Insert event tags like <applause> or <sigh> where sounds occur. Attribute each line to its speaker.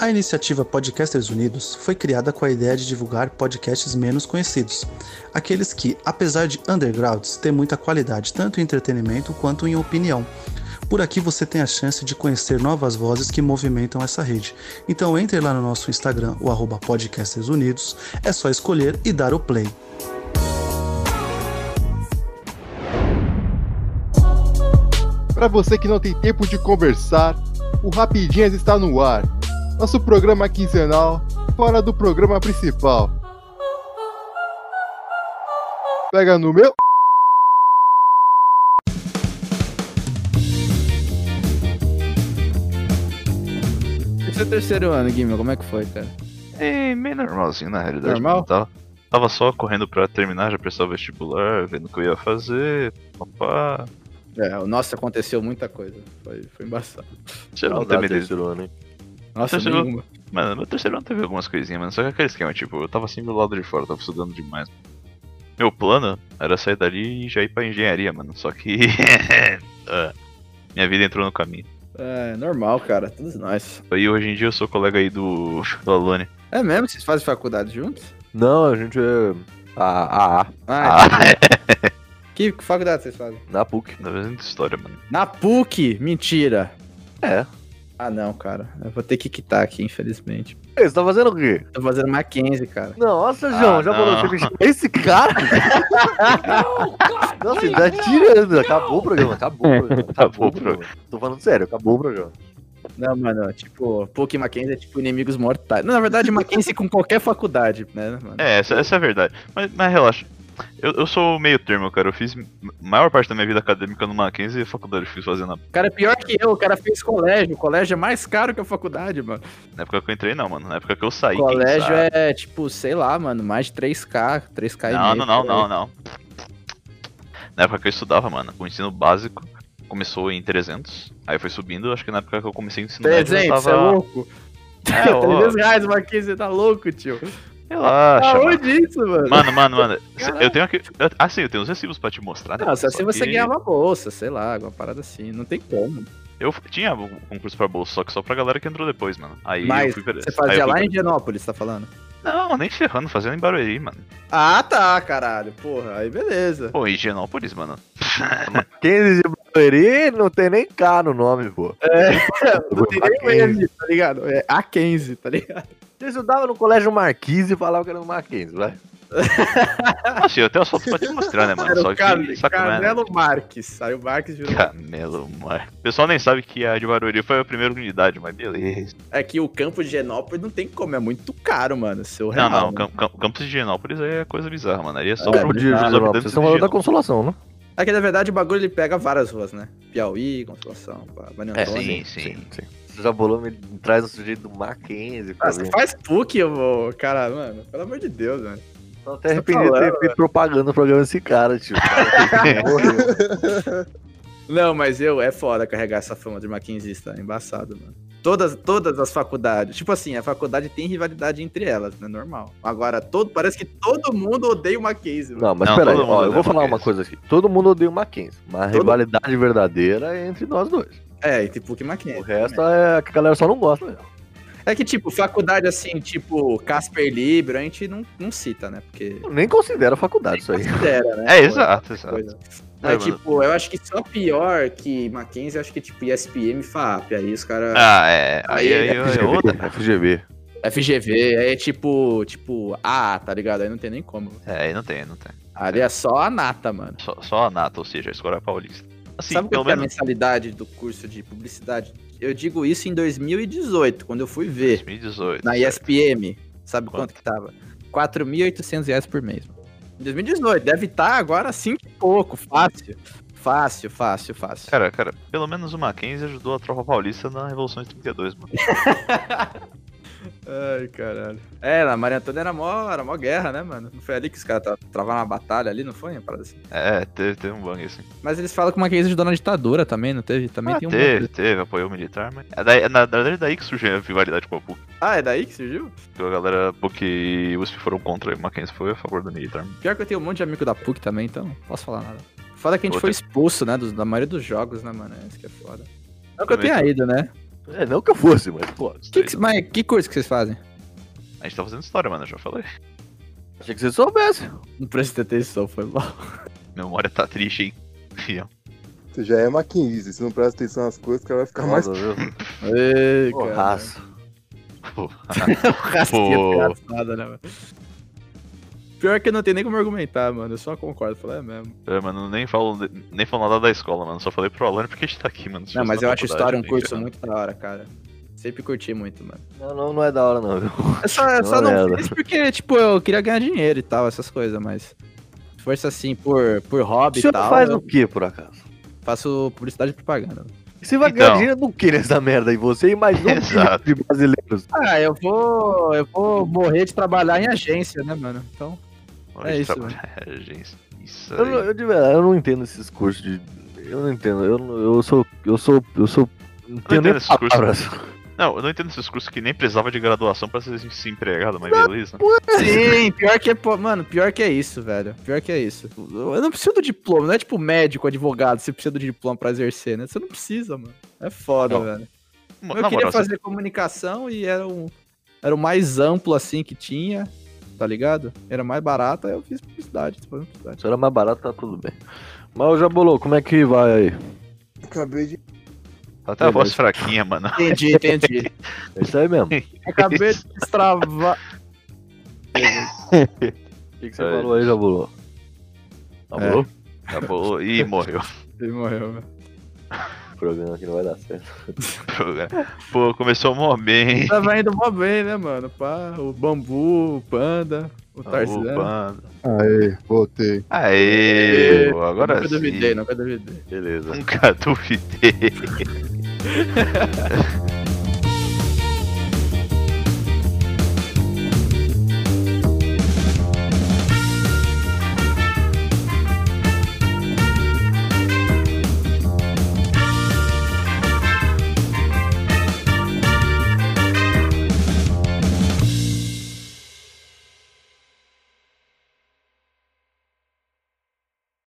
Speaker 1: A iniciativa Podcasters Unidos foi criada com a ideia de divulgar podcasts menos conhecidos, aqueles que, apesar de undergrounds, têm muita qualidade tanto em entretenimento quanto em opinião. Por aqui você tem a chance de conhecer novas vozes que movimentam essa rede. Então entre lá no nosso Instagram, o arroba Podcasters Unidos, é só escolher e dar o play.
Speaker 2: Para você que não tem tempo de conversar, o Rapidinhas está no ar. Nosso programa quinzenal, fora do programa principal. Pega no meu.
Speaker 3: E seu terceiro ano, Guimel, como é que foi, cara?
Speaker 4: É meio normalzinho, na realidade.
Speaker 3: Normal?
Speaker 4: não Tava, tava só correndo pra terminar, já prestar o vestibular, vendo o que eu ia fazer. Opa.
Speaker 3: É, o nosso aconteceu muita coisa. Foi, foi embaçado.
Speaker 4: Geral não
Speaker 5: Saudade
Speaker 4: teve.
Speaker 5: terceiro ano, hein?
Speaker 3: Nossa,
Speaker 4: Você chegou-
Speaker 3: nenhuma.
Speaker 4: Mano, meu terceiro ano teve algumas coisinhas, mano. Só que aquele esquema, tipo, eu tava assim do lado de fora, tava estudando demais. Meu plano era sair dali e já ir pra engenharia, mano. Só que. <laughs> ah, Minha vida entrou no caminho.
Speaker 3: É, normal, cara. Todos nós.
Speaker 4: E hoje em dia eu sou colega aí do, <laughs> do Alone.
Speaker 3: É mesmo? Vocês fazem faculdade juntos?
Speaker 5: Não, a gente é. A, a, a
Speaker 3: Ah,
Speaker 4: Ah, é.
Speaker 3: <laughs> que, que faculdade vocês fazem?
Speaker 5: na PUC.
Speaker 4: Tá vendo história, mano.
Speaker 3: Na PUC! Mentira!
Speaker 5: É.
Speaker 3: Ah, não, cara. Eu vou ter que quitar aqui, infelizmente.
Speaker 5: Ei, Você tá fazendo o quê?
Speaker 3: Tô fazendo Mackenzie, cara.
Speaker 5: Nossa,
Speaker 4: Ah,
Speaker 5: João, já
Speaker 4: não.
Speaker 5: falou você me chama esse cara? Nossa, ele tá tirando. Acabou o programa, acabou o
Speaker 4: <laughs>
Speaker 5: programa. Acabou o programa. Tô falando sério, acabou o programa.
Speaker 3: Não, mano, tipo, PUC e Mackenzie é tipo inimigos mortais. Não, na verdade, Mackenzie com qualquer faculdade, né, mano?
Speaker 4: É, essa, essa é a verdade. Mas, mas relaxa. Eu, eu sou meio termo, cara. Eu fiz m- maior parte da minha vida acadêmica no Mackenzie e faculdade eu fiz fazendo na
Speaker 3: O cara é pior que eu, o cara fez colégio. O colégio é mais caro que a faculdade, mano.
Speaker 4: na época que eu entrei, não, mano. Na época que eu saí. quem
Speaker 3: colégio
Speaker 4: sabe?
Speaker 3: é, tipo, sei lá, mano, mais de 3K, 3K e
Speaker 4: Não,
Speaker 3: meio.
Speaker 4: não, não,
Speaker 3: por aí.
Speaker 4: não, não. Na época que eu estudava, mano, o ensino básico começou em 300, aí foi subindo, acho que na época que eu comecei o ensino médio
Speaker 3: 300,
Speaker 4: eu
Speaker 3: é
Speaker 4: tava...
Speaker 3: louco? <laughs>
Speaker 4: É, ó.
Speaker 3: 300 reais, Marquinhos, você tá louco, tio?
Speaker 4: Relaxa, mano.
Speaker 3: Aonde isso, Ah, mano?
Speaker 4: Mano,
Speaker 3: <laughs>
Speaker 4: mano, mano, cê-
Speaker 3: Caralho.
Speaker 4: eu tenho aqui... eu- Ah, sim, eu tenho os recibos pra te mostrar, né?
Speaker 3: Não, só se
Speaker 4: Só
Speaker 3: você
Speaker 4: que
Speaker 3: ganhar uma bolsa, sei lá, alguma parada assim, não tem como.
Speaker 4: Eu f- tinha um concurso pra bolsa, só que só pra galera que entrou depois, mano. Aí eu
Speaker 3: Mas
Speaker 4: fui... pra-
Speaker 3: você
Speaker 4: aí
Speaker 3: fazia
Speaker 4: eu fui
Speaker 3: lá
Speaker 4: pra-
Speaker 3: em Genópolis, tá falando?
Speaker 4: Não, nem ferrando, fazendo em Barueri, mano.
Speaker 3: Ah, tá, caralho, porra, aí beleza.
Speaker 4: Pô,
Speaker 3: <laughs>
Speaker 4: Higienópolis, mano.
Speaker 5: 15 de Barueri não tem nem K no nome, pô. <laughs>
Speaker 3: Não tem nem
Speaker 5: Mackenzie.
Speaker 3: M, tá ligado? É a 15, tá ligado?
Speaker 5: Você estudava no colégio Marquise e falava que era no Mackenzie, vai.
Speaker 4: Nossa, assim? eu tenho as fotos pra te mostrar, né, mano?
Speaker 3: Era
Speaker 4: Só
Speaker 3: o
Speaker 4: que.
Speaker 3: Car-
Speaker 4: Saco, mano.
Speaker 3: Carmelo Marques. Aí o Marques virou.
Speaker 4: Camelo Mar. O pessoal nem sabe que a de Barueri foi a primeira unidade, mas beleza.
Speaker 3: É que o campo de Genópolis não tem como, é muito caro, mano. Seu
Speaker 4: Não,
Speaker 3: real,
Speaker 4: não,
Speaker 3: mano.
Speaker 4: o cam- cam- campus de Higienópolis aí é coisa bizarra, mano. Aí é só
Speaker 3: É,
Speaker 4: pro
Speaker 5: Campo de Higienópolis. Vocês estão falando da Consolação, né?
Speaker 3: É que na verdade o bagulho ele pega várias ruas, né? Piauí, Consolação, pá, Maria
Speaker 5: É,
Speaker 3: Antônia.
Speaker 4: Sim, sim.
Speaker 5: sim. Você já bolou, me traz o sujeito do Mackenzie.
Speaker 3: Ah,
Speaker 5: pra
Speaker 3: você
Speaker 5: mim.
Speaker 3: faz PUC, eu vou. Cara, mano, pelo amor de Deus, mano.
Speaker 5: Tô até arrependido de
Speaker 3: tá falando,
Speaker 5: ter feito propaganda no programa desse
Speaker 4: <laughs>
Speaker 5: cara, tio. Morreu.
Speaker 3: Não, mas eu é foda carregar essa fama de maquinzista, é embaçado, mano. Todas, todas as faculdades. Tipo assim, a faculdade tem rivalidade entre elas, né? Normal. Agora, todo, parece que todo mundo odeia o Mackenzie, mano.
Speaker 5: Não, mas
Speaker 4: Não,
Speaker 5: peraí,
Speaker 4: todo mundo
Speaker 5: ó, eu
Speaker 4: odeia
Speaker 5: vou
Speaker 4: o
Speaker 5: falar uma
Speaker 4: Mackenzie.
Speaker 5: coisa aqui. Todo mundo odeia o Mackenzie, mas a
Speaker 3: Todo-
Speaker 5: rivalidade verdadeira é entre nós dois.
Speaker 3: É, entre PUC e Mackenzie.
Speaker 5: O resto é que a galera só não gosta. né?
Speaker 3: É que, tipo, faculdade assim, tipo Casper Libro, a gente não, não cita, né? Porque.
Speaker 5: Eu Nem considero faculdade isso aí.
Speaker 3: Considera, né?
Speaker 4: É,
Speaker 3: pô,
Speaker 4: exato, exato.
Speaker 3: coisa.
Speaker 4: É,
Speaker 3: Mas, tipo, eu acho que só pior que Mackenzie, eu acho que, tipo, ESPM e FAP. Aí os caras.
Speaker 5: <laughs>
Speaker 4: Ah, é. Aí, aí, aí, é, outra.
Speaker 5: FGV.
Speaker 3: FGV, aí é tipo, tipo, A, tá ligado? Aí não tem nem como.
Speaker 4: É, aí não tem, aí não tem.
Speaker 3: Ali é só a nata, mano.
Speaker 4: Só, só a nata, ou seja, a escola paulista. Assim,
Speaker 3: Sabe
Speaker 4: pelo
Speaker 3: qual que é a
Speaker 4: menos
Speaker 3: mensalidade do curso de publicidade? Eu digo isso em 2018, quando eu fui ver
Speaker 4: 2018.
Speaker 3: na
Speaker 4: certo?
Speaker 3: ESPM. Sabe
Speaker 4: Quanto?
Speaker 3: quanto, que tava? 4.800 reais por mês. mano. Em 2018, deve estar agora 5 e pouco, fácil. Fácil, fácil, fácil.
Speaker 4: Cara, cara, pelo menos o Mackenzie ajudou a tropa paulista na Revolução de 32, mano.
Speaker 3: Ai, caralho. É, na Maria Antônia era mó, era mó guerra, né, mano? Não foi ali que os caras tra- travaram uma batalha ali, não foi? Uma parada assim.
Speaker 4: É, teve, teve um bug assim.
Speaker 3: Mas eles falam que uma crise ajudou na ditadura também, não teve? Também
Speaker 4: Ah,
Speaker 3: tem um.
Speaker 4: teve, teve, apoiou militar, mas. É daí, na na verdade, é daí que surgiu a rivalidade com a PUC.
Speaker 3: Ah, é daí que surgiu?
Speaker 4: Então a galera PUC e USP foram contra e o Mackenzie foi a favor do militar.
Speaker 3: Pior que eu tenho um monte de amigo da PUC também, então não posso falar nada. Foda que a gente
Speaker 4: Outra.
Speaker 3: foi expulso, né? dos- da maioria dos jogos, né, mano? É Isso que é foda. Não que eu
Speaker 4: Também
Speaker 3: tenha ido, né?
Speaker 5: É, não que eu fosse, mas, pô.
Speaker 3: Que que- mas que curso que vocês fazem?
Speaker 4: A gente tá fazendo história, mano, eu já falei. <laughs>
Speaker 5: Achei que você soubesse.
Speaker 3: Não prestei atenção, foi mal.
Speaker 4: Memória tá triste, hein? <laughs> Fião.
Speaker 2: Você já é maquinista, se não presta atenção nas coisas, o cara vai ficar mais.
Speaker 5: Nossa, viu?
Speaker 3: Ei,
Speaker 5: Pô,
Speaker 3: cara.
Speaker 5: raça.
Speaker 4: Pô,
Speaker 3: Rasquinha
Speaker 4: Pô.
Speaker 3: desgraçada, né, mano? Pior que eu não tenho nem como argumentar, mano. Eu só concordo. Falei, é mesmo.
Speaker 4: é, mano, nem falo, nem falo nada da escola, mano. Só falei pro Alan porque a gente tá aqui, mano. Se
Speaker 3: Não,
Speaker 4: fosse
Speaker 3: mas
Speaker 4: na
Speaker 3: eu acho
Speaker 4: faculdade,
Speaker 3: história um
Speaker 4: gente,
Speaker 3: curso
Speaker 4: né?
Speaker 3: muito da hora, cara. Sempre curti muito, mano.
Speaker 5: Não, não, não é da hora, não, viu?
Speaker 3: Eu só, eu só
Speaker 5: Não,
Speaker 3: não
Speaker 5: ela.
Speaker 3: fiz porque, tipo, eu queria ganhar dinheiro e tal, essas coisas, mas. Se fosse assim, por, por
Speaker 5: O
Speaker 3: hobby e
Speaker 5: senhor
Speaker 3: tal,
Speaker 5: faz
Speaker 3: eu
Speaker 5: o quê, por acaso?
Speaker 3: faço publicidade e propaganda.
Speaker 5: E Você vai
Speaker 4: Então.
Speaker 5: ganhar dinheiro do que nessa merda? E você e
Speaker 4: <laughs>
Speaker 5: mais um milhão
Speaker 4: Exato.
Speaker 5: de brasileiros.
Speaker 3: Ah, eu vou. Eu vou morrer de trabalhar em agência, né, mano? Então.
Speaker 4: Olha,
Speaker 3: É
Speaker 4: de
Speaker 3: isso,
Speaker 4: <laughs> trabalhar, tá- gente. Isso
Speaker 5: Eu, não-
Speaker 4: aí.
Speaker 5: eu, de verdade, eu não entendo esses cursos de. Eu não entendo. Eu, não- eu sou. Eu sou. Eu sou. Não tenho
Speaker 4: entendo
Speaker 5: nem
Speaker 4: esses cursos.
Speaker 5: palavras. <laughs>
Speaker 4: Não, eu não entendo esses cursos que nem precisava de graduação pra ser se empregado, mas beleza.
Speaker 3: Sim, pior que é. pô, Mano, pior que é isso, velho. Pior que é isso. Eu não preciso do diploma, não é tipo médico, advogado, você precisa do diploma pra exercer, né? Você não precisa, mano. É foda,
Speaker 4: Não,
Speaker 3: velho.
Speaker 4: Mo-
Speaker 3: eu
Speaker 4: Na
Speaker 3: queria
Speaker 4: moral,
Speaker 3: fazer comunicação e era um era o mais amplo assim que tinha, tá ligado? Era mais barato, aí eu fiz publicidade, tipo. fiz publicidade.
Speaker 5: Se era mais barato, tá tudo bem. Mas o Jabolô, como é que vai aí?
Speaker 2: Acabei de.
Speaker 4: você- tá até a voz fraquinha, mano.
Speaker 3: Entendi, entendi.
Speaker 5: É isso
Speaker 4: <laughs>
Speaker 5: aí mesmo. O
Speaker 3: <laughs> Acabei de destravar.
Speaker 5: que, que você
Speaker 4: É.
Speaker 5: falou aí, Jabolô? Jabolô?
Speaker 4: Acabou e morreu. <laughs>
Speaker 3: Ele morreu, velho.
Speaker 5: O programa aqui não vai dar certo.
Speaker 3: <laughs>
Speaker 4: Pô, começou mó bem.
Speaker 3: Tava indo mó bem, né, mano? Pá, o bambu, o panda, o
Speaker 4: Ah, O
Speaker 3: Tarzan.
Speaker 4: bando.
Speaker 2: Aê, voltei.
Speaker 4: Aê,
Speaker 3: Aê,
Speaker 4: pô, agora
Speaker 3: nunca né?
Speaker 4: sim.
Speaker 3: duvidei, nunca <laughs> duvidei.
Speaker 4: Beleza. Nunca duvidei.